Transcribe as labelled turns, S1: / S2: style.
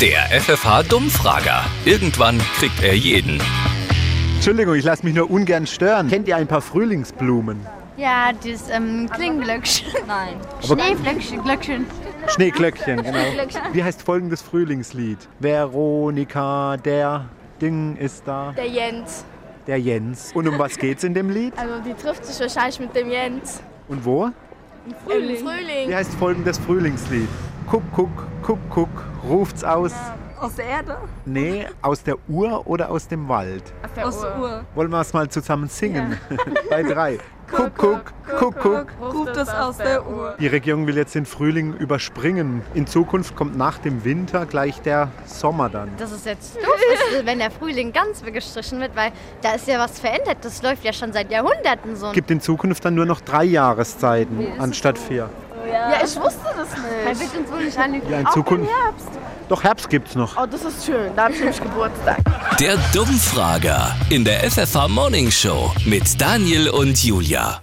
S1: Der FFH-Dummfrager. Irgendwann kriegt er jeden.
S2: Entschuldigung, ich lasse mich nur ungern stören.
S3: Kennt ihr ein paar Frühlingsblumen?
S4: Ja, das ähm, Klingenglöckchen. Nein. Schneeglöckchen. Glöckchen.
S2: Schneeglöckchen, genau. Wie heißt folgendes Frühlingslied? Veronika, der Ding ist da,
S5: Der Jens.
S2: der Jens. Und um was geht's in dem Lied?
S5: Also die trifft sich wahrscheinlich mit dem Jens.
S2: Und wo?
S5: Frühling. Im Frühling.
S2: Wie heißt folgendes Frühlingslied? Kuck, kuck, kuck, kuck, ruft's aus.
S6: Aus der Erde?
S2: Nee, aus der Uhr oder aus dem Wald?
S6: Aus der Uhr.
S2: Wollen wir es mal zusammen singen? Bei drei. Kuck, kuck, kuck, kuck.
S6: Ruft es aus der Uhr.
S2: Die Regierung will jetzt den Frühling überspringen. In Zukunft kommt nach dem Winter gleich der Sommer dann.
S4: Das ist jetzt doof, dass, wenn der Frühling ganz gestrichen wird, weil da ist ja was verändert. Das läuft ja schon seit Jahrhunderten so.
S2: Gibt in Zukunft dann nur noch drei Jahreszeiten anstatt vier.
S5: Ja, ich wusste das
S4: Man
S5: nicht.
S4: wird uns wohl nicht anlügen.
S2: Ja, in Zukunft. Doch Herbst gibt's noch.
S5: Oh, das ist schön. Da habe ich nämlich Geburtstag.
S1: Der Dummfrager in der FFH Morning Show mit Daniel und Julia.